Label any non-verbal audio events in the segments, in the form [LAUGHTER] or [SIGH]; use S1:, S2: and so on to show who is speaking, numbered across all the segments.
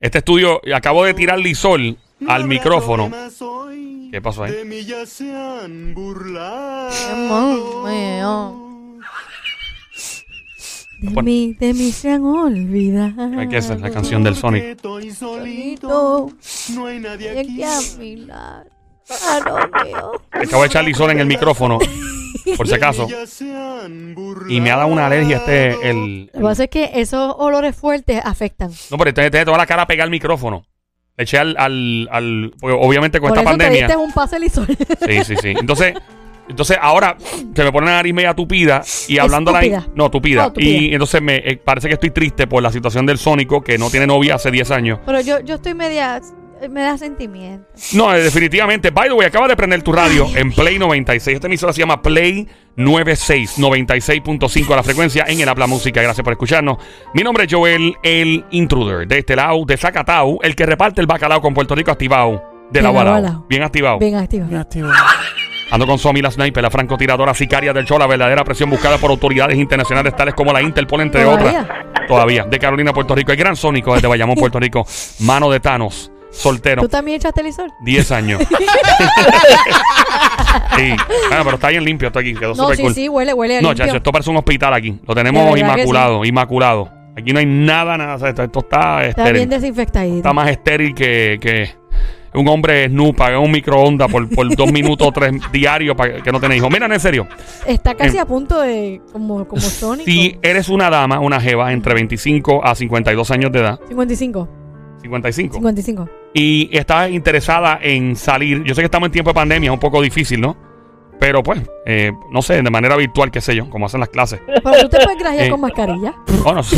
S1: Este estudio, acabo de tirar lisol
S2: No
S1: al
S2: habrá
S1: micrófono.
S2: problemas hoy.
S1: ¿Qué pasó ahí?
S2: De mí ya se han burlado.
S3: Amor mío. De mí, de mí se han olvidado.
S1: Hay que hacer la canción del
S2: Porque
S1: Sonic.
S2: Estoy solito.
S3: Solito,
S2: No hay nadie aquí.
S3: aquí a mi lado. Ah, no veo.
S1: Acabo de echar lisol en el
S2: [LAUGHS]
S1: micrófono, por si acaso.
S2: Ya se han burlado.
S1: Y me ha dado una alergia este, el...
S3: Lo que pasa es que esos olores fuertes afectan.
S1: No, pero este, este toda la cara pega al micrófono. Le eché al... al, al- porque obviamente con
S3: Por eso
S1: esta
S3: te
S1: pandemia...
S3: diste un pase lisol.
S1: Sí, sí, sí. Entonces, entonces ahora se me pone la nariz media tupida y hablando la...
S3: Estúpida.
S1: No, tupida.
S3: Oh, tupida.
S1: Y entonces me eh, parece que estoy triste por la situación del Sónico que no tiene novia hace 10 años.
S3: [LAUGHS] Pero yo, yo estoy media... Me da sentimiento.
S1: No, eh, definitivamente. By the way, acabas de prender tu radio en Play 96. Esta emisora se llama Play 96, 96.5 a la frecuencia en el Habla Música. Gracias por escucharnos. Mi nombre es Joel, el intruder de este lado, de Zacatau, el que reparte el bacalao con Puerto Rico activado. De
S3: De
S1: lado a
S3: lado a
S1: lado.
S3: lado.
S1: Bien activado.
S3: Bien activa.
S4: Me activo.
S1: Ando con Somi, la sniper, la francotiradora sicaria del show, la verdadera presión buscada por autoridades internacionales tales como la Interpol, entre
S3: Todavía.
S1: otras. Todavía. De Carolina, Puerto Rico. El gran Sónico desde
S3: [LAUGHS]
S1: Bayamón, Puerto Rico. Mano de Thanos. Soltero.
S3: ¿Tú también
S1: [LAUGHS]
S3: echaste lisol?
S1: 10 años. sí. Bueno, pero está bien limpio esto aquí. Quedó
S3: No,
S1: súper
S3: sí,
S1: cool.
S3: sí, huele, huele a
S1: no,
S3: limpio.
S1: chacho, esto parece un hospital aquí. Lo
S3: De
S1: tenemos
S3: verdad que
S1: inmaculado, inmaculado. Aquí no hay nada, nada. o sea, esto, esto está
S3: Está bien
S1: estéril.
S3: desinfectadito.
S1: Está más estéril que, que un hombre snu paga un microondas por, por dos minutos o tres [LAUGHS] diarios para que no tenés hijos. Mira, no, en serio.
S3: Está casi
S1: Eh,
S3: a punto de como, como Sonic.
S1: Si eres una dama, una jeva, entre 25 a 52 años de edad,
S3: 55.
S1: 55,
S3: 55.
S1: y estás interesada en salir. Yo sé que estamos en tiempo de pandemia, es un poco difícil, ¿no? Pero pues, eh, no sé, de manera virtual, qué sé yo, como hacen las clases.
S3: Pero tú te puedes grajear
S1: Eh.
S3: con mascarilla.
S1: Oh, no sé.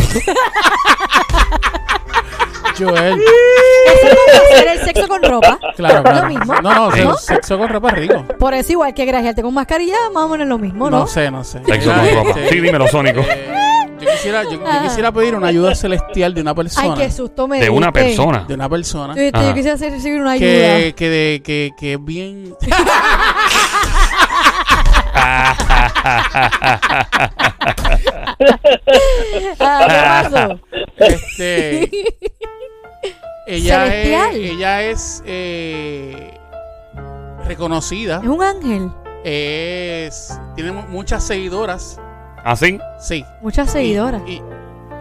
S3: [LAUGHS]
S4: Joel.
S3: Eso es como hacer el sexo con ropa.
S4: Claro,
S3: ¿No es
S4: claro.
S3: lo mismo?
S4: No, no,
S1: Sí.
S4: se- sexo con ropa es rico.
S3: Por eso, igual que grajearte con mascarilla, más o menos lo mismo, ¿no?
S4: No sé, no sé.
S1: Sexo con
S4: Era,
S1: ropa.
S4: este,
S1: Sí, dímelo, Sónico.
S4: eh, yo, quisiera, yo, yo
S3: Ah.
S4: quisiera pedir una ayuda celestial de una
S3: Ay,
S4: persona.
S3: qué susto me
S1: De una
S3: diste.
S1: persona.
S4: De una persona.
S3: Yo, yo- yo
S1: Ajá.
S3: quisiera hacer- recibir una ayuda.
S4: [LAUGHS] Que, que, de- que, que
S3: [LAUGHS]
S4: es bien.
S3: Ah, ¿Qué
S4: [LAUGHS]
S3: pasó?
S4: Este, ella
S3: Celestial.
S4: es, ella es eh, reconocida.
S3: Es un ángel.
S4: Es, tiene mu- muchas seguidoras.
S1: ¿Así?
S4: Sí.
S3: Muchas seguidoras.
S4: Y,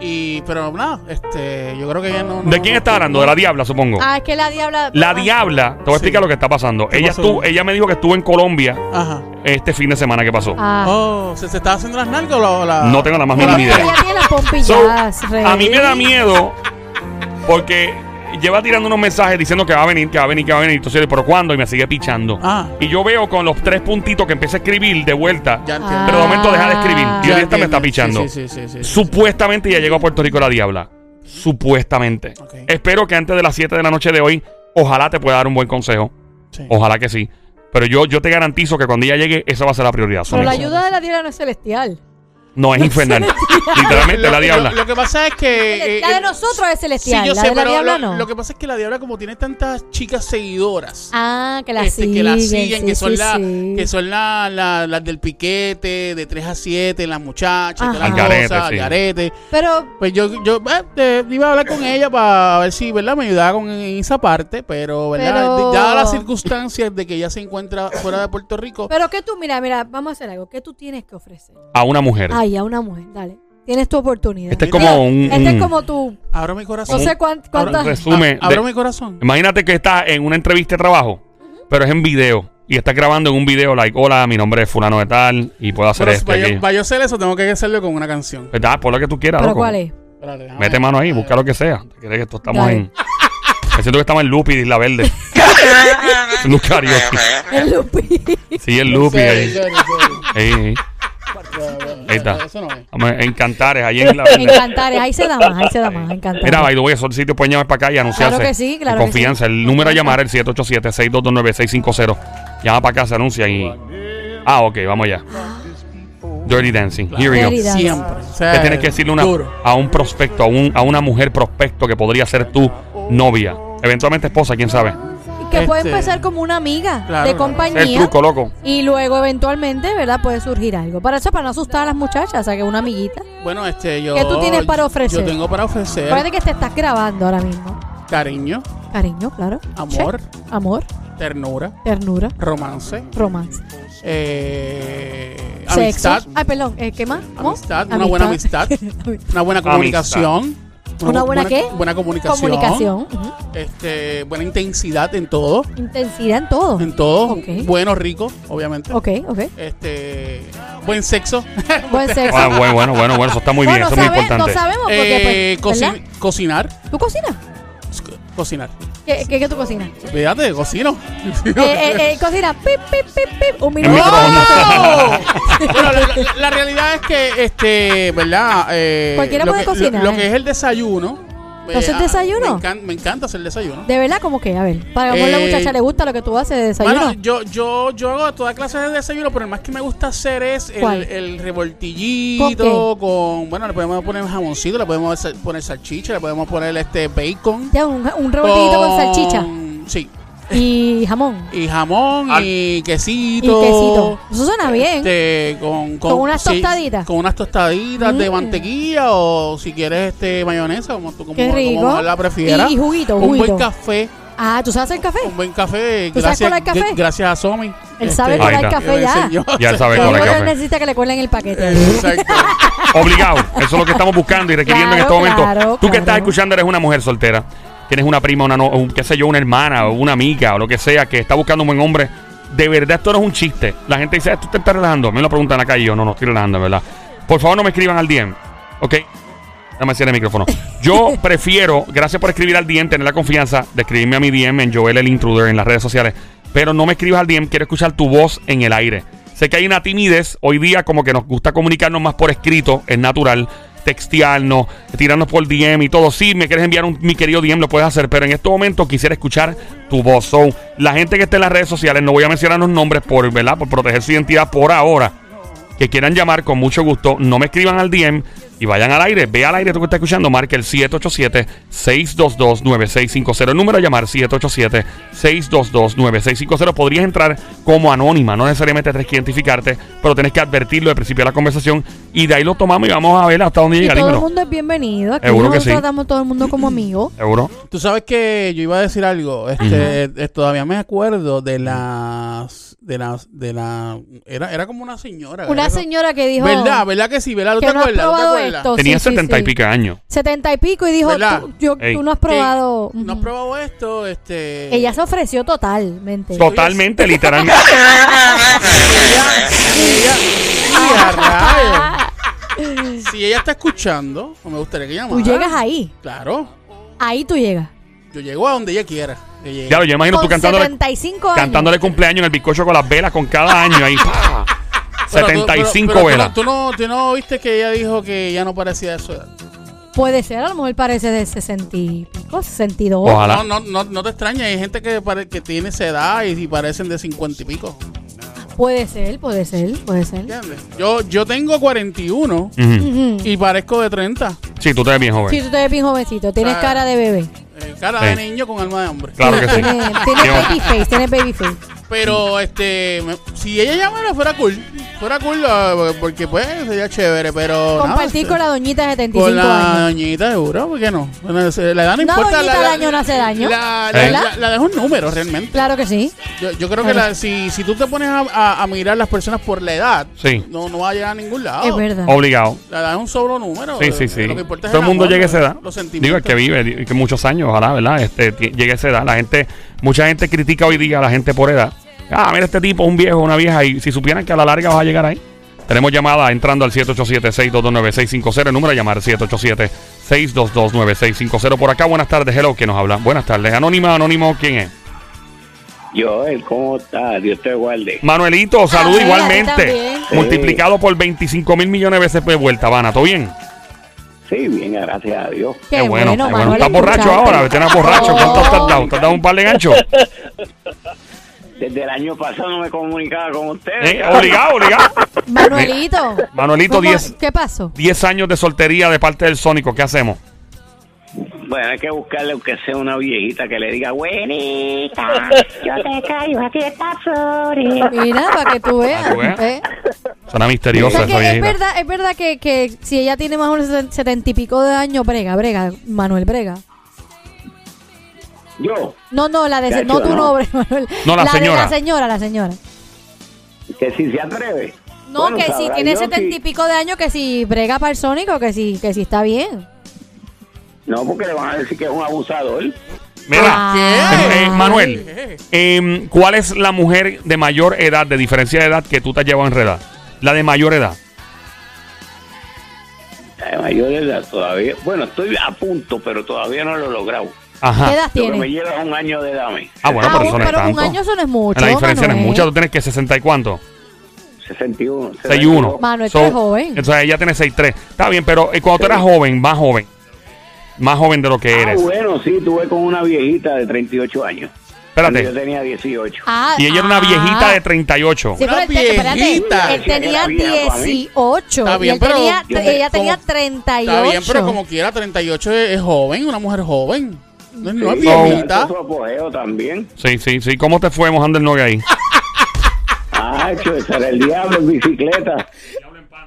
S4: y- pero nada, este, yo creo que ella no.
S1: ¿De
S4: no-
S1: quién está hablando? De la Diabla, supongo.
S3: Ah, es que la diabla.
S1: La
S3: ah,
S1: Diabla, te voy a explicar
S4: Sí.
S1: lo que está pasando.
S4: ¿Qué
S1: Ella,
S4: pasó?
S1: estuvo- ella me dijo que estuvo en Colombia
S4: Ajá.
S1: este fin de semana que pasó.
S3: Ah.
S4: Oh, ¿se, se está haciendo las nalgas o la, o la-
S1: No tengo la más
S4: o
S1: mínima
S3: Ella-
S1: idea.
S3: ella tiene las
S1: So,
S3: pompillas.
S4: Ah,
S1: a mí
S4: ¿eh?
S1: me da miedo porque lleva tirando unos mensajes diciendo que va a venir, que va a venir, que va a venir. Entonces, pero ¿cuándo? Y me sigue pichando.
S4: Ah,
S1: Y yo veo con los tres puntitos que empieza a escribir de vuelta.
S4: ya entiendo.
S1: Pero de momento deja de escribir.
S3: Ah.
S1: Y
S4: Ya
S1: yo, esta me
S4: entiendo.
S1: está pichando.
S4: Sí, sí, sí, sí, sí, sí.
S1: Supuestamente ya llegó a Puerto Rico la Diabla. Supuestamente.
S4: Ok,
S1: Espero que antes de las 7 de la noche de hoy, ojalá te pueda dar un buen consejo.
S4: sí.
S1: Ojalá que sí. Pero yo, yo te garantizo que cuando ella llegue, esa va a ser la prioridad.
S3: Pero la
S1: Sonic.
S3: ayuda de la diabla no es celestial.
S1: No, es infernal. [LAUGHS] Literalmente
S4: Lo-
S1: la
S4: lo-
S1: Diabla.
S4: Lo, que pasa es que. eh,
S3: La de
S4: eh,
S3: nosotros es
S4: Sí,
S3: celestial.
S4: yo
S3: La
S4: sé,
S3: de la
S4: pero
S3: diabla
S4: lo,
S3: no.
S4: lo que pasa es que la Diabla, como tiene tantas chicas seguidoras.
S3: Ah, que la
S4: este,
S3: siguen.
S4: que la siguen,
S3: sí,
S4: que son,
S3: sí,
S4: la-
S3: sí.
S4: que son la- la- las del piquete, de 3 a 7, las muchachas, todas
S3: Ajá.
S4: las
S1: Al garete,
S4: cosas, al
S1: sí.
S4: garete.
S3: Pero,
S4: Pues yo, yo eh, eh, iba a hablar con ella para ver si, ¿verdad? Me ayudaba con esa parte, pero, ¿verdad?
S3: Pero-
S4: de- Dadas las circunstancias de que ella se encuentra fuera de Puerto Rico,
S3: pero que tú, mira, mira, vamos a hacer algo. ¿Qué tú tienes que ofrecer?
S1: A una mujer.
S3: Ay, a una mujer, dale. Tienes tu oportunidad.
S1: Este es
S4: mira,
S1: como un.
S3: Este
S1: un-
S3: es como tu.
S4: abro mi
S3: No
S4: corazón.
S3: sé cuán-
S4: Ahora
S3: cuántas.
S1: res- Resume
S4: Ah, abro
S1: de-
S4: mi corazón.
S1: Imagínate que estás en una entrevista de trabajo, pero es en video. Y estás grabando en un video, like, hola, mi nombre es Fulano de Tal, y puedo hacer
S4: Pero
S1: esto. y
S4: para, yo,
S1: aquello.
S4: para yo hacer eso, tengo que hacerlo con una canción.
S1: ¿Verdad? Por lo que tú quieras,
S3: ¿Pero
S1: loco.
S3: cuál es?
S4: Espérate, déjame-
S1: Mete mano ahí, busca lo que sea. ¿Te crees que esto estamos
S3: Dale.
S1: en. Me siento que estamos en Lupi de Isla
S3: [LAUGHS]
S1: Verde. en un karaoke.
S3: El
S1: [LAUGHS]
S3: Lupi.
S1: Sí, en Lupi.
S4: Sorry,
S1: ahí.
S4: sorry, sorry.
S1: Ahí, ahí. Ahí está.
S4: Eso no es.
S1: Vamos, En Cantares, ahí
S3: [LAUGHS]
S1: en Isla Verde.
S3: Encantares. Ahí se da más, ahí se da más. Encantares.
S1: Mira, by the way, esos sitios pueden llamar para acá y anunciarse.
S3: Claro que sí, claro
S1: Con
S3: que
S1: confianza.
S3: sí.
S1: El número a llamar es el 787-622-9650. Llama para acá, se anuncia y... Ah, ok, vamos allá. Dirty Dancing. Here we go.
S3: Dirty Dancing.
S4: Siempre. O sea,
S1: ¿Qué tienes que decirle una,
S4: Duro.
S1: a un prospecto, a, un, a una mujer prospecto que podría ser tu novia? Eventualmente esposa, quién sabe.
S3: Y que puede
S4: Este-
S3: empezar como una amiga de
S4: Claro, claro.
S1: Ese Es el
S3: compañía.
S1: truco, loco.
S3: Y luego, eventualmente, ¿verdad? Puede surgir algo. Para eso, para no asustar a las muchachas, o sea, que una amiguita.
S4: Bueno, este, yo.
S3: ¿Qué tú tienes para ofrecer?
S4: Yo tengo para ofrecer.
S3: Acuérdate que te estás grabando ahora mismo.
S4: cariño,
S3: Cariño, claro.
S4: Amor.
S3: Check. Amor,
S4: ternura,
S3: ternura,
S4: romance,
S3: romance.
S4: eh,
S3: Sexo.
S4: amistad,
S3: Ay, perdón, eh, ¿qué más? ¿Cómo?
S4: Amistad, una
S3: [LAUGHS]
S4: buena una buena comunicación.
S3: ¿Una buena qué?
S4: Buena comunicación.
S3: Comunicación. ujú.
S4: Este, buena intensidad en todo.
S3: Intensidad en todo.
S4: En todo.
S3: Ok.
S4: Bueno, rico, obviamente.
S3: Ok, ok.
S4: Este,
S3: [LAUGHS]
S4: buen sexo.
S3: Buen sexo.
S1: Ah, bueno, bueno, bueno, bueno, eso está muy bien,
S3: Bueno,
S1: eso es muy
S3: sabe-
S1: importante.
S3: No sabemos porque,
S4: Eh,
S3: pues,
S4: coci-
S3: ¿verdad?
S4: cocinar.
S3: ¿Tú cocinas?
S4: Co- Cocinar.
S3: ¿Qué, qué, qué
S1: [LAUGHS]
S3: tú cocinas?
S4: Fíjate, cocino.
S3: eh, eh, eh, cocina, pip, pip, pip, pip, un
S1: El
S3: minuto.
S1: microondas.
S4: [LAUGHS] Bueno, la, la- la realidad es que, este, ¿verdad? Eh,
S3: Cualquiera
S4: lo
S3: puede
S4: que,
S3: cocinar,
S4: Lo,
S3: ¿eh?
S4: lo que es el desayuno. eh,
S3: ¿Haces
S4: ah,
S3: desayuno?
S4: Me, encan- me encanta hacer desayuno.
S3: [LAUGHS] De verdad, como que, a ver, para a lo mejor la
S4: Eh,
S3: muchacha le gusta lo que tú haces de desayuno.
S4: Mano, yo, yo, yo hago toda clase de desayuno, pero el más que me gusta hacer es
S3: ¿Cuál?
S4: el, el revoltillito ¿Con, bueno, le podemos poner jamoncito, le podemos sa- poner salchicha, le podemos poner este bacon.
S3: ya, un, un revoltillito
S4: oh.
S3: con salchicha
S4: Sí.
S3: y jamón
S4: Y jamón
S1: Al-
S4: y
S3: y
S4: quesito.
S3: quesito. Eso suena bien.
S4: Este, con,
S3: Con unas tostaditas.
S4: Con unas tostaditas de
S3: Mm.
S4: mantequilla o si quieres este mayonesa, como tú como,
S3: Qué
S4: como
S3: rico.
S4: más la prefieras.
S3: Y- y juguito,
S4: Un
S3: juguito.
S4: buen café,
S3: Ah, ¿tú sabes hacer café?
S4: un buen café.
S3: ¿Tú sabes
S4: Gracias,
S3: colar café?
S4: gr- gracias a Somi.
S3: Él sabe
S1: colar
S4: eh,
S3: café
S4: el
S3: ya.
S4: señor.
S1: Ya él sabe
S3: Yo
S1: colar
S3: creo que
S1: café.
S3: necesita que le cuelen el paquete.
S4: Exacto.
S1: Obligado. Eso es lo que estamos buscando y requiriendo en este
S3: Claro,
S1: momento.
S3: claro,
S1: Tú que
S3: claro.
S1: estás escuchando eres una mujer soltera. Tienes una prima, una no- un- qué sé yo, una hermana o una amiga o lo que sea que está buscando un buen hombre. De verdad, esto no es un chiste. La gente dice, "Ah, tú te estás relajando. Me lo preguntan acá y yo, no, no estoy relajando, en ¿verdad? Por favor, no me escriban al DM. ¿Ok? Dame cierre el micrófono. Yo prefiero, gracias por escribir al DM, tener la confianza de escribirme a mi DM en Joel el Intruder en las redes sociales. Pero no me escribas al DM, quiero escuchar tu voz en el aire. Sé que hay una timidez hoy día, como que nos gusta comunicarnos más por escrito, es natural, textearnos, tirarnos por DM y todo. Si me quieres enviar un mi querido DM, lo puedes hacer, pero en este momento quisiera escuchar tu voz. So, la gente que esté en las redes sociales, no voy a mencionar los nombres por, ¿verdad? por proteger su identidad por ahora que quieran llamar con mucho gusto, no me escriban al DM y vayan al aire. Ve al aire tú que estás escuchando, marca el 787-622-9650. El número a llamar 787-622-9650. Podrías entrar como anónima, no necesariamente tienes que identificarte, pero tienes que advertirlo de principio de la conversación y de ahí lo tomamos y vamos a ver hasta dónde
S3: Y
S1: llega el
S3: todo el
S1: número.
S3: mundo es bienvenido. Aquí
S1: Seguro que
S3: nosotros
S1: sí.
S3: tratamos a todo el mundo como amigo.
S1: ¿Seguro?
S4: Tú sabes que yo iba a decir algo, este, eh, todavía me acuerdo de las, de las, de la, era, era como una señora.
S3: Una
S4: era-
S3: señora que dijo
S4: ¿Verdad? ¿Verdad que sí? ¿Verdad? ¿Tú
S3: que
S4: te
S3: no has
S4: acuerdas? ¿Tú te
S3: probado
S4: acuerdas?
S3: esto.
S1: Tenía
S3: Oh, sí, sí,
S1: 70 y
S3: sí.
S1: pico de años.
S3: 70 y pico y dijo,
S4: ¿Verdad?
S3: tú, yo-
S1: Ey.
S3: tú no has probado.
S4: No has
S3: Ujú.
S4: probado esto, este.
S3: Ella se ofreció totalmente.
S1: Totalmente, literalmente.
S3: [LAUGHS]
S4: Ella- ella- ¡Y
S3: [LAUGHS]
S4: a rayos! Si ella está escuchando, o me gustaría que llamara.
S3: Tú llegas ahí.
S4: Claro,
S3: Ahí tú llegas.
S4: yo llego a donde ella quiera. que llegue.
S1: Claro, yo imagino tú
S3: con
S1: cantándole,
S3: 75 años.
S1: cantándole cumpleaños en el bizcocho con las velas, con cada año ahí. ¡pah!
S4: Pero tú-
S1: 75
S4: pero- pero
S1: velas.
S4: Tú, no, tú no- tú no viste que ella dijo que ya no parecía de su edad.
S3: Puede ser, a lo mejor parece de 60 y pico, 62.
S1: Ojalá.
S4: No, no, no, no te extrañes, hay gente que, pare- que tiene esa edad y, y parecen de 50 y pico.
S3: Puede ser, puede ser, puede ser.
S4: ¿Entiendes? Yo, yo tengo 41
S1: Ujú.
S3: Ujú.
S4: y parezco de 30.
S1: Sí, tú te ves bien joven.
S3: Sí, tú te ves bien jovencito, tienes
S4: Ah.
S3: cara de bebé.
S4: Eh, cara de
S1: Sí.
S4: niño con alma de hombre.
S1: Claro que sí.
S3: Tienes, tienes
S1: Yo-
S3: baby face, tienes baby face.
S1: [LAUGHS]
S4: Pero este, me- si ella llamara fuera cool, fuera cool ah, porque pues sería chévere, pero
S3: Compartir
S4: nada,
S3: con la doñita de 75
S4: con la
S3: años.
S4: doñita seguro, ¿por qué no? Bueno, se- la edad no
S3: Una
S4: importa,
S3: doñita al
S4: la,
S3: año no hace daño.
S4: La, la-
S1: ¿Verdad?
S4: la- la dejo un número realmente.
S3: Claro que sí.
S4: Yo, yo creo que la- si, si tú te pones a, a- a mirar las personas por la edad,
S1: Sí.
S4: no, no va a llegar a ningún lado.
S1: Oh.
S3: Es verdad.
S1: Obligado.
S4: La edad es un solo número.
S1: Sí, sí, sí.
S4: Lo que importa es
S1: Todo el mundo
S4: amor,
S1: llega a esa edad.
S4: Los
S1: Digo, el
S4: sentimientos.
S1: que vive di- que muchos años, ojalá, ¿verdad? Este, ti- llegue a esa edad. La gente, mucha gente critica hoy día a la gente por edad. Ah, mira este tipo, un viejo, una vieja. Y si supieran que a la larga vas a llegar ahí. Tenemos llamada entrando al 787-622-9650. El número a llamar 787-622-9650. Por acá, buenas tardes. Hello, que nos habla? Buenas tardes. Anónima, anónimo, ¿quién es?
S5: Joel, ¿cómo estás? Dios te guarde.
S1: Manuelito, salud
S3: Ah, a ti
S1: igualmente.
S3: también.
S1: Multiplicado por 25 mil millones de veces de vuelta, Habana. ¿Todo bien?
S5: Sí, bien, gracias a Dios.
S3: Qué,
S1: Qué Eh, bueno, qué bueno.
S3: Manuel,
S1: Estás borracho
S3: escuchaste.
S1: ahora, tienes borracho. ¿Cuánto te has dado?
S3: Oh.
S1: ¿Te has dado un par de ganchos?
S5: Desde el año pasado no me comunicaba con ustedes.
S1: Eh, Obligado, obligado.
S3: Manuelito.
S1: Manuelito,
S3: ¿Cómo-
S1: 10.
S3: ¿Qué pasó?
S1: 10 años de soltería de parte del Sónico, ¿qué hacemos?
S5: Bueno, hay que buscarle aunque sea una viejita que le diga, buenita.
S6: Yo te caigo aquí está Flores.
S3: Mira, para que tú veas.
S1: Para que veas.
S3: ¿eh?
S1: Suena
S3: O sea
S1: misteriosa
S3: que
S1: esa
S3: es
S1: viejita.
S3: verdad, es verdad que, que si ella tiene más o menos seten- setenta y pico de años, brega, brega, Manuel brega.
S5: Yo,
S3: No, no, la de.
S5: Chacho,
S3: No tu
S5: no.
S3: nombre, [LAUGHS] Manuel.
S1: No, la
S3: de
S1: señora.
S3: la señora, la señora.
S5: que si se atreve.
S3: No,
S5: Bueno,
S3: que si
S5: sabrá
S3: tiene
S5: Dios
S3: setenta y
S5: si-
S3: pico de años, que si brega para el Sónico, que si, que si está bien.
S5: No, porque le van a decir que es un abusador.
S1: Mira,
S3: Ah.
S1: eh, eh, Manuel, em, ¿cuál es la mujer de mayor edad, de diferencia de edad, que tú te has llevado enredada? La de mayor edad.
S5: La Eh, mayor edad todavía. Bueno, estoy a punto, pero todavía no lo he logrado.
S3: ¿Qué
S1: Ajá.
S3: edad
S5: Lo que me
S3: tiene?
S5: lleva es un año de edad. a mí.
S1: Ah, bueno,
S3: Ah,
S1: pero eso no es
S3: pero un
S1: tanto.
S3: año eso no es mucho.
S1: la diferencia no es
S3: Manuel.
S1: mucha. Tú tienes que 60 y cuánto.
S5: 61.
S1: 6'1.
S3: Manuel, tú eres joven.
S1: Entonces ella tiene 6'3. Está bien, pero eh, cuando tú eras joven, más joven. Más joven de lo que
S5: Ah,
S1: eres.
S5: bueno, sí, tuve con una viejita de 38 años. Cuando Yo
S1: Espérate.
S5: tenía 18.
S3: Ah,
S1: Y ella era una
S3: ah.
S1: viejita de 38.
S3: Sí, pero él, te- espérate,
S4: viejita.
S3: él tenía
S5: Era vieja para mí.
S3: 18
S4: Está bien,
S3: y él
S4: pero-
S3: tenía,
S5: Yo-
S3: ella tenía
S4: como-
S3: 38.
S4: Está bien, pero como quiera, 38 es, es joven, una mujer joven. No, no es
S5: Sí,
S4: viejita.
S5: eso fue apogeo también.
S1: Sí, sí, sí. ¿Cómo te fue mojando el novio ahí?
S5: Ah, hecho, ese era el diablo en bicicleta.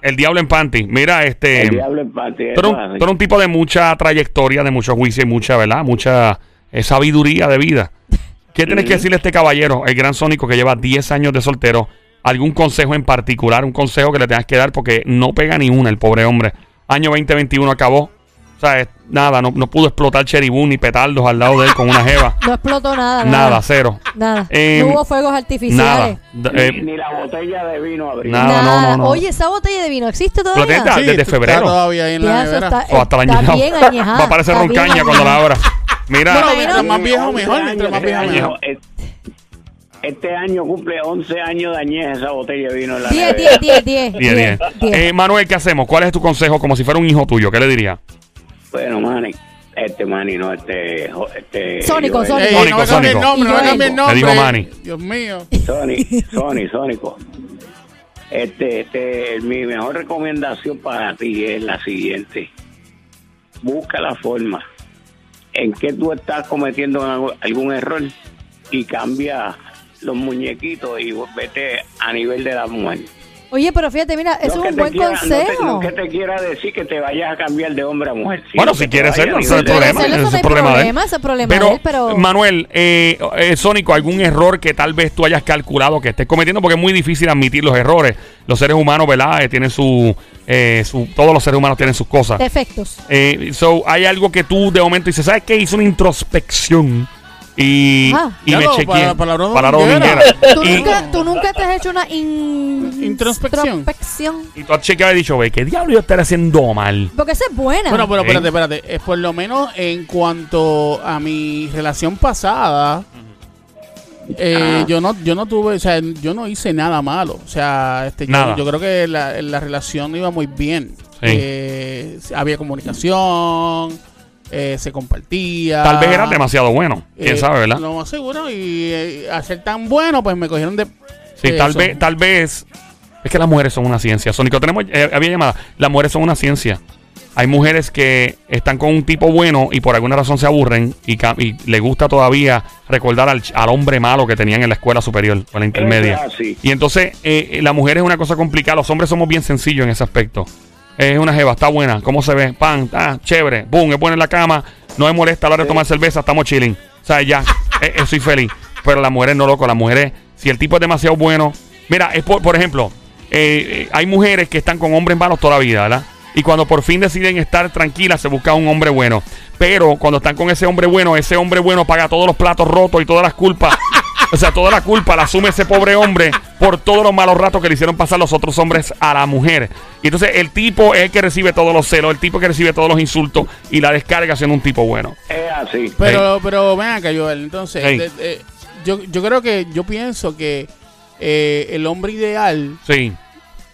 S1: El diablo en panty. Mira, este.
S5: El diablo en parte.
S1: Tú eres, un, tú eres un tipo de mucha trayectoria, de mucho juicio y mucha, ¿verdad? Mucha eh, sabiduría de vida. ¿Qué tienes que decirle a este caballero, el gran sónico que lleva 10 años de soltero? ¿Algún consejo en particular? Un consejo que le tengas que dar porque no pega ni una el pobre hombre. Año 2021 acabó. O sea, es- nada, no, no pudo explotar cheribú ni petardos al lado de él con una
S3: [LAUGHS]
S1: jeva.
S3: No explotó nada.
S1: Nada, cero.
S3: Nada.
S1: Eh,
S3: no hubo fuegos artificiales.
S1: Nada. D- eh,
S5: ni, ni la botella de vino abrí.
S1: Nada. Ah, no, no, no.
S3: Oye, esa botella de vino existe
S1: la
S3: todavía.
S1: tienes hasta-
S4: Sí,
S1: Ah, desde
S4: está
S1: febrero.
S4: todavía ahí en la
S3: Ya, eso
S4: nevera.
S3: está-
S1: O hasta el año
S3: Está
S1: pasado.
S3: bien
S1: [LAUGHS]
S3: añejada,
S1: Va a parecer
S3: está bien
S1: roncaña cuando la
S3: añejada.
S1: abra. Mira.
S4: Bueno,
S3: Imagino-
S4: mientras más viejo,
S5: 11
S4: mejor.
S5: años,
S4: Mientras más
S5: este
S4: viejo,
S5: año-
S4: mejor.
S5: es- Este año cumple 11 años de añez esa botella de vino en la
S3: 10,
S5: nevera.
S3: 10, 10, 10.
S1: Bien, bien. Eh, Manuel, ¿qué hacemos? ¿Cuál es tu consejo como si fuera un hijo tuyo? ¿Qué le dirías?
S5: Bueno, Manny, este Manny no, este... jo- este
S3: Sónico,
S5: Joel.
S3: Sónico.
S4: Ey,
S1: Sónico,
S4: no me cambie el
S1: Sónico.
S4: nombre, no me cambie el
S1: Te
S4: nombre.
S1: digo Manny.
S4: Dios mío.
S3: [LAUGHS]
S5: Sony, Sony, Sónico. Este, este, mi mejor recomendación para ti es la siguiente. Busca la forma en que tú estás cometiendo algo- algún error y cambia los muñequitos y vete a nivel de la mujer.
S3: Oye, pero fíjate, mira, eso
S5: No
S3: es
S5: que
S3: un
S5: te
S3: buen
S5: quiera- no te-
S3: consejo.
S5: No, que te quiera decir que te vayas a cambiar de hombre a mujer. sino
S1: Bueno,
S5: que
S1: si
S5: te
S1: quieres
S5: vayas
S1: hacerlo,
S5: a
S1: ese es el
S5: nivel de-
S1: problema. Ese
S3: hacerlo,
S1: es
S3: eso
S1: el
S3: no es
S1: problema de él.
S3: problema, ese es problema de
S1: Pero,
S3: él, pero-
S1: Manuel, eh, eh, Sónico, ¿algún error que tal vez tú hayas calculado que estés cometiendo? Porque es muy difícil admitir los errores. Los seres humanos, ¿verdad? Eh, tienen su, eh, su- Todos los seres humanos tienen sus cosas.
S3: Defectos.
S1: Eh, so, hay algo que tú de momento dices, ¿sabes qué? Hice una introspección y,
S3: Ah.
S1: y
S4: Ya
S1: me
S4: lo,
S1: chequeé.
S4: para- palabra
S1: Palabra
S4: dominguera.
S1: dominguera.
S3: ¿Tú
S1: Y-
S3: nunca, tú nunca te has hecho una in-
S4: Introspección.
S3: introspección?
S1: Y tú has chequeado y dicho, ve, ¿qué diablo yo estaré haciendo mal?
S3: Porque esa es buena.
S4: Bueno, pero
S1: Sí.
S4: espérate, espérate. Eh, por lo menos en cuanto a mi relación pasada, eh, yo no, yo no tuve, o sea, yo no hice nada malo. O sea, este, yo-
S1: Nada.
S4: Yo, creo que la, la relación iba muy bien.
S1: Sí.
S4: Eh, había comunicación, eh, se compartía.
S1: Tal vez eras demasiado bueno. Quién
S4: Ah. Eh,
S1: sabe, ¿verdad?
S4: Lo más seguro. Y eh, al ser tan bueno, pues me cogieron de.
S1: Sí, tal
S4: eso.
S1: vez, tal vez. Es que las mujeres son una ciencia. Sónico, tenemos, eh, había llamada. Las mujeres son una ciencia. Hay mujeres que están con un tipo bueno y por alguna razón se aburren y, ca- y le gusta todavía recordar al, ch- al hombre malo que tenían en la escuela superior o en la intermedia.
S5: Eso es así.
S1: Y entonces, eh, eh, la mujer es una cosa complicada. Los hombres somos bien sencillos en ese aspecto. Es una jeva, está buena. ¿Cómo se ve? Pan, ah, chévere. Boom, es buena en la cama. No me molesta a la hora de tomar cerveza. Estamos chilling. O sea, ya, eh, eh, soy feliz. Pero las mujeres no, loco. Las mujeres, si el tipo es demasiado bueno. Mira, es por, por ejemplo, eh, eh, hay mujeres que están con hombres malos toda la vida, ¿verdad? Y cuando por fin deciden estar tranquilas, se busca un hombre bueno. Pero cuando están con ese hombre bueno, ese hombre bueno paga todos los platos rotos y todas las culpas. O sea, toda la culpa la asume ese pobre hombre por todos los malos ratos que le hicieron pasar los otros hombres a la mujer. Y entonces el tipo es el que recibe todos los celos, el tipo que recibe todos los insultos y la descarga siendo un tipo bueno.
S5: Es así.
S4: Pero, pero ven acá, Joel. Entonces,
S1: Ey.
S4: de- de- yo, yo creo que, yo pienso que eh, el hombre ideal
S1: Sí.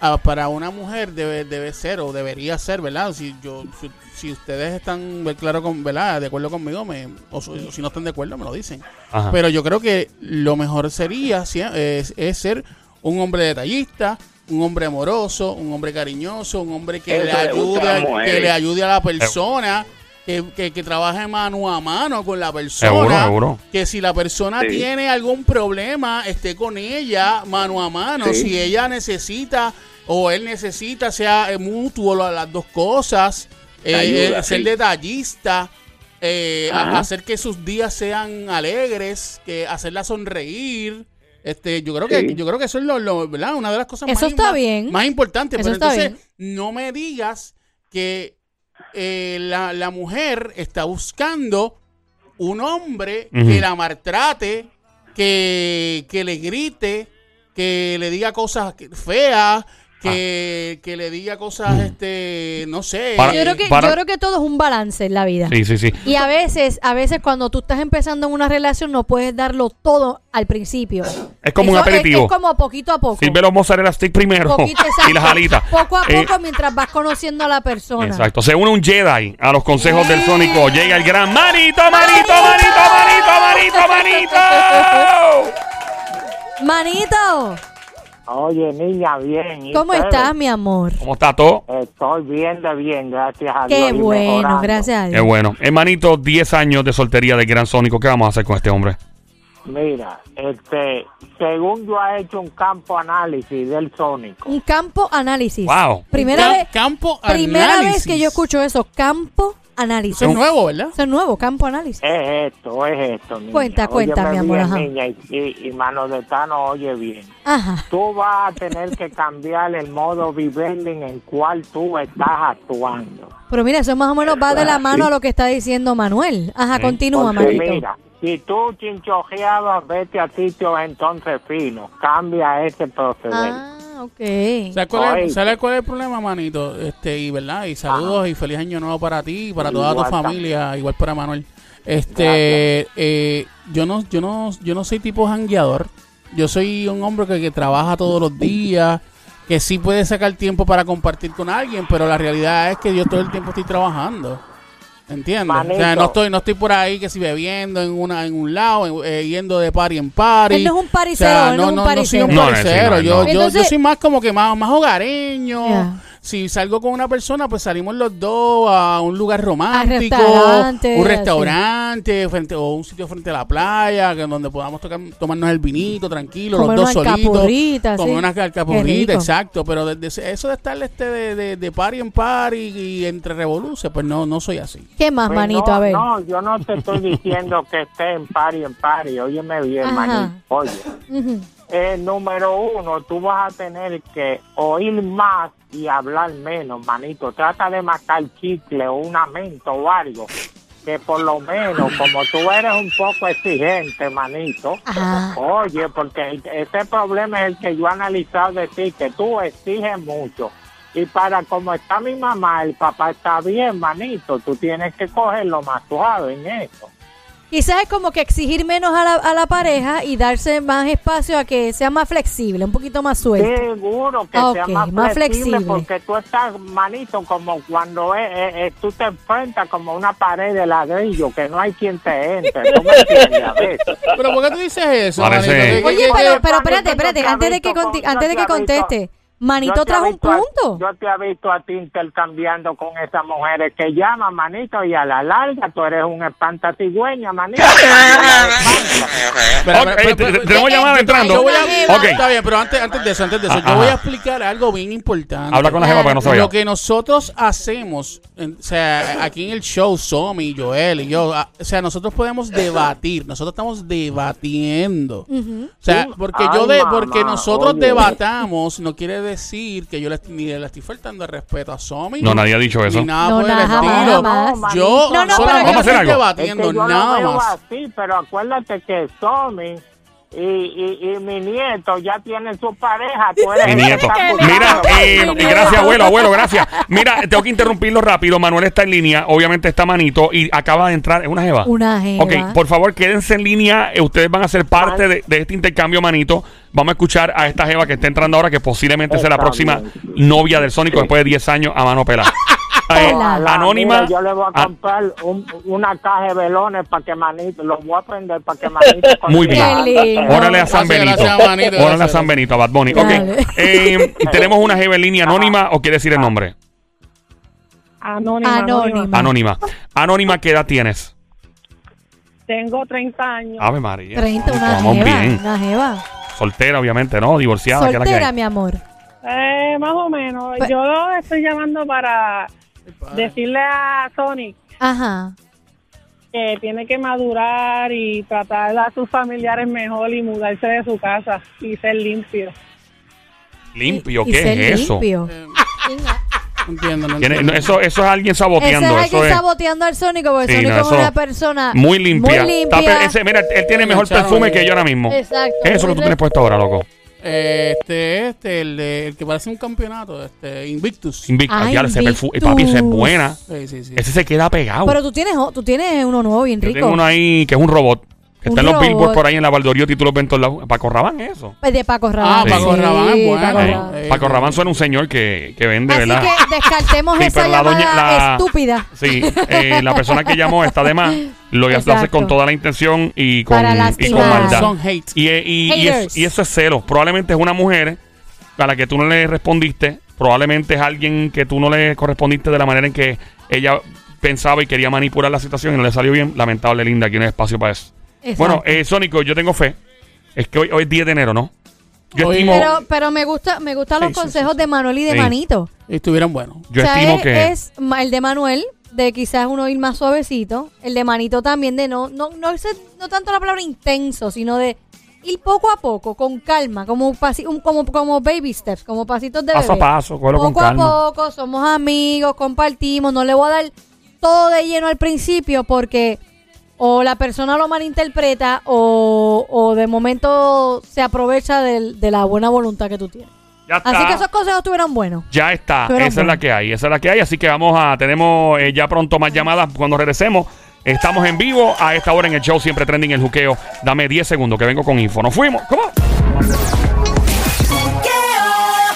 S4: ah, para una mujer debe, debe ser o debería ser, ¿verdad? Si yo si, si ustedes están ve- claro con, ¿verdad? de acuerdo conmigo, me, o, su- o si no están de acuerdo, me lo dicen.
S1: Ajá.
S4: Pero yo creo que lo mejor sería sí, es, es ser un hombre detallista, un hombre amoroso, un hombre cariñoso, un hombre que
S5: Eso
S4: le
S5: le gusta a las
S4: ayude, que
S5: mujeres.
S4: le ayude a la persona, que, que- que trabaje mano a mano con la
S1: Eh.
S4: persona,
S1: Seguro, seguro.
S4: que si la persona
S5: Sí.
S4: tiene algún problema, esté con ella mano a mano,
S5: Sí.
S4: si ella necesita o él necesita, sea eh, mutuo la- las dos cosas, eh,
S5: Ayuda,
S4: ser
S5: sí.
S4: detallista. eh, a-
S5: Ajá.
S4: hacer que sus días sean alegres, que hacerla sonreír. Este, yo creo que
S5: Sí.
S4: yo creo que eso es lo, lo- ¿verdad? una de las cosas
S3: Eso
S4: más,
S3: está
S4: más-
S3: bien.
S4: más importantes.
S3: Eso
S4: Pero
S3: está
S4: entonces, no me digas que eh, la, la mujer está buscando un hombre
S1: Ujú.
S4: que la maltrate, que, que le grite, que le diga cosas que- feas, que, que le diga cosas, este, no
S1: Ah.
S4: sé.
S1: Mm. Para-
S3: Yo creo, que,
S1: Ah, para-
S3: yo creo que todo es un balance en la vida.
S1: Sí, sí, sí.
S3: Y a veces, a veces cuando tú estás empezando en una relación no puedes darlo todo al principio.
S1: Es como un
S3: Eso es-
S1: aperitivo.
S3: Es, como poquito a poco.
S1: Sirve los mozzarella stick primero [LAUGHS]
S3: Poquito,
S1: y las
S3: exacto.
S1: alitas.
S3: Poco a
S1: Eh,
S3: poco mientras vas conociendo a la persona.
S1: Exacto. Se une un Jedi a los consejos del Sónico. Llega el gran Manito, Manito, Manito, Manito, Manito,
S3: Manito,
S7: Oye, niña, bien. ¿y
S3: ¿cómo
S7: ustedes?
S3: estás, mi amor?
S1: ¿Cómo está todo?
S7: Estoy bien de bien, gracias a Dios.
S3: Qué
S7: y
S3: bueno,
S7: mejorando.
S3: gracias a
S1: Qué
S3: Dios.
S1: bueno. Hermanito, 10 años de soltería del gran Sónico. ¿Qué vamos a hacer con este hombre?
S7: Mira, este, según yo ha hecho un campo análisis del Sónico.
S3: Un campo análisis.
S1: Wow.
S3: Primera,
S4: Cam-
S3: vez,
S4: campo
S3: primera vez
S4: análisis.
S3: que yo escucho eso, campo análisis.
S4: Eso es nuevo, ¿verdad?
S3: Eso es nuevo, campo análisis.
S7: Es esto, es esto, niña.
S3: Cuenta,
S7: Óyeme
S3: cuenta, mi amor,
S7: bien,
S3: ajá.
S7: niña, y, y- y mano de Tano, oye bien.
S3: Ajá.
S7: Tú vas a tener que cambiar el modo vivendi en el cual tú estás actuando.
S3: Pero mira, eso más o menos va de la mano a lo que está diciendo Manuel. Ajá, continúa,
S5: Porque
S3: Manito.
S7: Mira, si tú chinchojeabas, vete a sitios entonces finos. Cambia ese proceder.
S3: Ah, ok.
S4: ¿Sabes cuál,
S7: Ay.
S4: es, sabes cuál es el problema, manito? Este, y verdad, y saludos y feliz año nuevo para ti y para toda tu
S7: Igual también.
S4: familia, igual para Manuel. Este, eh, yo no, yo no, yo no soy tipo jangueador. Yo soy un hombre que, que trabaja todos los días, que sí puede sacar tiempo para compartir con alguien, pero la realidad es que yo todo el tiempo estoy trabajando. ¿Entiendes? O sea,
S7: Manito.
S4: no estoy, no estoy por ahí que si bebiendo en una, en un lado, en- eh, yendo de party en party.
S3: Él no es un paricero, él no es un
S4: no, no soy un
S1: paricero. No, no, sí,
S4: paricero.
S1: no,
S4: yo,
S1: no.
S4: yo- yo
S3: Entonces-
S4: soy más como que más, más hogareño.
S3: Ya.
S4: Si salgo con una persona, pues salimos los dos a un lugar romántico,
S3: restaurante,
S4: un
S3: así.
S4: restaurante, frente, o un sitio frente a la playa, que donde podamos tocar, tomarnos el vinito tranquilo,
S3: Comer
S4: los dos
S3: una
S4: solitos.
S3: alcapurrita,
S4: comer
S3: sí.
S4: unas
S3: Qué rico.
S4: alcapurritas, exacto. Pero de- de- eso de estar este de, de, de party en party y entre revoluciones, pues no, no soy así.
S3: ¿Qué más,
S7: Pues
S3: Manito?
S7: no,
S3: a ver.
S7: No, yo no te estoy diciendo que esté en pari, en pari. Óyeme bien,
S3: Ajá.
S7: manito. Oye,
S3: Ujú.
S7: eh, número uno, tú vas a tener que oír más y hablar menos, manito. Trata de matar chicle o un amento o algo. Que por lo menos, como tú eres un poco exigente, manito.
S3: Ajá.
S7: Oye, porque este problema es el que yo he analizado de ti, que tú exiges mucho. Y para como está mi mamá, el papá está bien, manito, tú tienes que cogerlo más suave en eso.
S3: Quizás es como que exigir menos a la, a la pareja y darse más espacio a que sea más flexible, un poquito más suelto.
S7: Seguro que
S3: Ah,
S7: sea
S3: Pues, ok,
S7: más,
S3: más
S7: flexible,
S3: flexible.
S7: porque tú estás, manito, como cuando eh, eh, eh, tú te enfrentas como una pared de ladrillo, que no hay quien te entre. ¿Tú me entiendes? A veces.
S4: Pero ¿por qué tú dices eso?
S1: Parece-
S4: manito? ¿Qué- qué-
S3: Oye,
S4: qué-
S3: pero,
S7: Manito,
S3: pero
S7: yo
S3: espérate,
S7: te
S3: espérate,
S7: aviso
S3: antes de que,
S7: con-
S3: conti-
S7: yo
S3: antes de
S7: te
S3: que
S7: aviso.
S3: conteste. Manito
S7: Yo te
S3: trajo
S7: he
S3: un
S7: visto a-
S3: punto.
S7: yo te he visto a ti intercambiando con esas mujeres que llaman, manito, y a la larga tú eres un espantatigüeña,
S1: [LAUGHS]
S7: manito.
S1: Ok,
S4: espera,
S1: eh,
S4: espera, espera,
S1: te-
S4: espera.
S1: tenemos llamada
S4: Yo
S1: entrando.
S4: voy a,
S1: Ok.
S4: Está bien, pero antes, antes de eso, antes de eso,
S1: Ajá.
S4: yo voy a explicar algo bien importante.
S1: Habla con la jefa para que no se vaya.
S4: Lo que nosotros hacemos, en- o sea, aquí en el show, Somi, Joel y yo, a- o sea, nosotros podemos debatir, nosotros estamos debatiendo.
S3: Ujú.
S4: O sea, porque yo
S7: Ay,
S4: de,
S7: mamá,
S4: porque nosotros
S7: oye.
S4: debatamos, no quiere decir que yo le, ni le estoy faltando el respeto a Somi.
S1: No, nadie ha dicho eso.
S4: Ni nada
S3: No,
S4: por el
S3: nada, jamás,
S4: estilo.
S3: jamás.
S4: Yo
S3: No, no, pero
S4: solamente
S1: yo-
S4: estoy
S1: Vamos a hacer algo.
S7: Es que
S4: debatiendo,
S7: yo lo
S4: nada
S7: veo
S4: más.
S7: así, pero acuérdate que Tommy y, y, y mi nieto ya tienen su pareja. Tú eres
S1: Mi
S7: el
S1: nieto.
S7: espantatigüeño.
S1: Mira, eh,
S3: Mi nieto.
S1: gracias, abuelo, abuelo, gracias. Mira, tengo que interrumpirlo rápido. Manuel está en línea. Obviamente está manito y acaba de entrar. ¿Es una jeva?
S3: Una jeva.
S1: Ok, por favor, quédense en línea. Eh, Ustedes van a ser parte de, de este intercambio, manito. Vamos a escuchar a esta jeva que está entrando ahora, que posiblemente sea la
S7: Está
S1: próxima
S7: bien, sí.
S1: novia del Sónico después de 10 años a mano
S3: [LAUGHS]
S1: pelada. Eh,
S7: Ojalá,
S1: anónima.
S7: mira, yo le voy a
S1: a-
S7: comprar un- una caja de velones para que manito, los voy a prender para que manito.
S1: Muy bien.
S3: Qué lindo.
S1: Órale a San
S4: Gracias,
S1: Benito.
S4: gracias, manito,
S1: Órale a
S4: gracias.
S1: San Benito, a Bad Bunny. Ok.
S3: Dale.
S1: eh, tenemos una jeva en línea anónima o quiere decir el nombre.
S8: Anónima, anónima.
S3: Anónima.
S1: Anónima. Anónima, ¿qué edad tienes?
S8: Tengo 30 años.
S1: Ave María.
S3: 30, una
S1: Vamos
S3: jeva.
S1: bien.
S3: Una jeva.
S1: Soltera, obviamente, ¿no? Divorciada. que es la que
S3: Soltera,
S1: hay.
S3: mi amor.
S1: Ah.
S8: Eh, más o menos.
S3: Pe-
S8: Yo estoy llamando para decirle a Sonic
S3: Ajá.
S8: que tiene que madurar y tratar a sus familiares mejor y mudarse de su casa y ser limpio.
S1: Limpio,
S3: Y- y
S1: ¿qué
S3: ser
S1: es eso?
S3: limpio.
S4: Eh,
S3: Inga.
S4: no entiendo, no
S1: ¿Quién es?
S4: entiendo.
S1: No, eso, eso es alguien
S3: Ese
S1: saboteando.
S3: es
S1: eso
S3: alguien
S1: es
S3: saboteando al Sónico porque
S1: Sí,
S3: Sónico
S1: no,
S3: es
S1: eso-
S3: una persona
S1: muy limpia.
S3: muy
S1: Está
S3: limpia.
S1: pe- ese, mira, él tiene
S4: Muy
S1: mejor
S4: manchado,
S1: perfume
S4: eh.
S1: que yo ahora mismo.
S3: Exacto.
S1: Es eso que tú
S3: Muy
S1: tienes puesto ahora, loco.
S4: Eh, Este, este, el, de- el que parece un campeonato, este, Invictus.
S1: Invicta.
S3: Ay,
S1: ya, ese perfu- eh, papi, esa es
S3: Invictus.
S1: buena.
S4: Sí, sí, sí.
S1: Ese se queda pegado.
S3: Pero tú tienes, o- tú tienes uno nuevo bien
S1: Yo
S3: rico.
S1: tengo uno ahí que es un robot. Que
S3: Un
S1: está en los
S3: robot.
S1: billboards por ahí en la Valdoriotti y tú lo ves en todos lados. Paco Rabán es eso.
S3: Pues De Paco Rabanne.
S4: Ah, Paco
S3: Sí,
S4: Rabanne, bueno.
S3: Paco
S1: Eh,
S3: Rabanne.
S4: Eh,
S1: Paco
S4: eh,
S1: Rabán suena un señor que, que vende,
S3: Así
S1: ¿verdad?
S3: que descartemos
S1: Sí,
S3: esa
S1: pero la
S3: llamada
S1: doña- la-
S3: estúpida.
S1: Sí, eh, la persona que llamó está de más. Lo, lo hace
S3: Exacto.
S1: con toda la intención y con,
S3: Para
S1: y
S3: lastimar.
S1: con maldad.
S4: Son hate.
S1: Y, y- y es-
S3: Haters.
S1: y eso es celo. Probablemente es una mujer a la que tú no le respondiste. Probablemente es alguien que tú no le correspondiste de la manera en que ella pensaba y quería manipular la situación y no le salió bien. Lamentable, linda. Aquí no hay espacio para eso.
S3: Exacto.
S1: Bueno, eh, Sónico, yo tengo fe. Es que hoy, hoy es 10 de enero, ¿no? Yo
S4: Hoy-
S1: estimo,
S3: [LAUGHS] pero, pero me gusta, me gustan los
S4: Sí, sí,
S3: consejos de Manuel y de
S1: Sí.
S3: Manito.
S4: Y estuvieron buenos.
S1: yo
S3: o sea,
S1: estimo
S3: es,
S1: que.
S3: es ma- el de Manuel, de quizás uno ir más suavecito. El de Manito también, de no, no, no, ser- no tanto la palabra intenso, sino de ir poco a poco, con calma, como pasi- un- como, como baby steps, como pasitos de
S1: Paso a
S3: bebé.
S1: paso, cógelo con
S3: poco
S1: calma.
S3: a poco, somos amigos, compartimos, no le voy a dar todo de lleno al principio porque o la persona lo malinterpreta o, o de momento se aprovecha del- de la buena voluntad que tú tienes.
S1: Ya está.
S3: Así que esos consejos estuvieron buenos.
S1: Ya está,
S3: Pero
S1: esa es
S3: bueno.
S1: la que hay, esa es la que hay, así que vamos a, tenemos eh, ya pronto más llamadas cuando regresemos. Estamos en vivo a esta hora en el show, siempre trending el juqueo. Dame 10 segundos que vengo con info. Nos fuimos. ¿Cómo?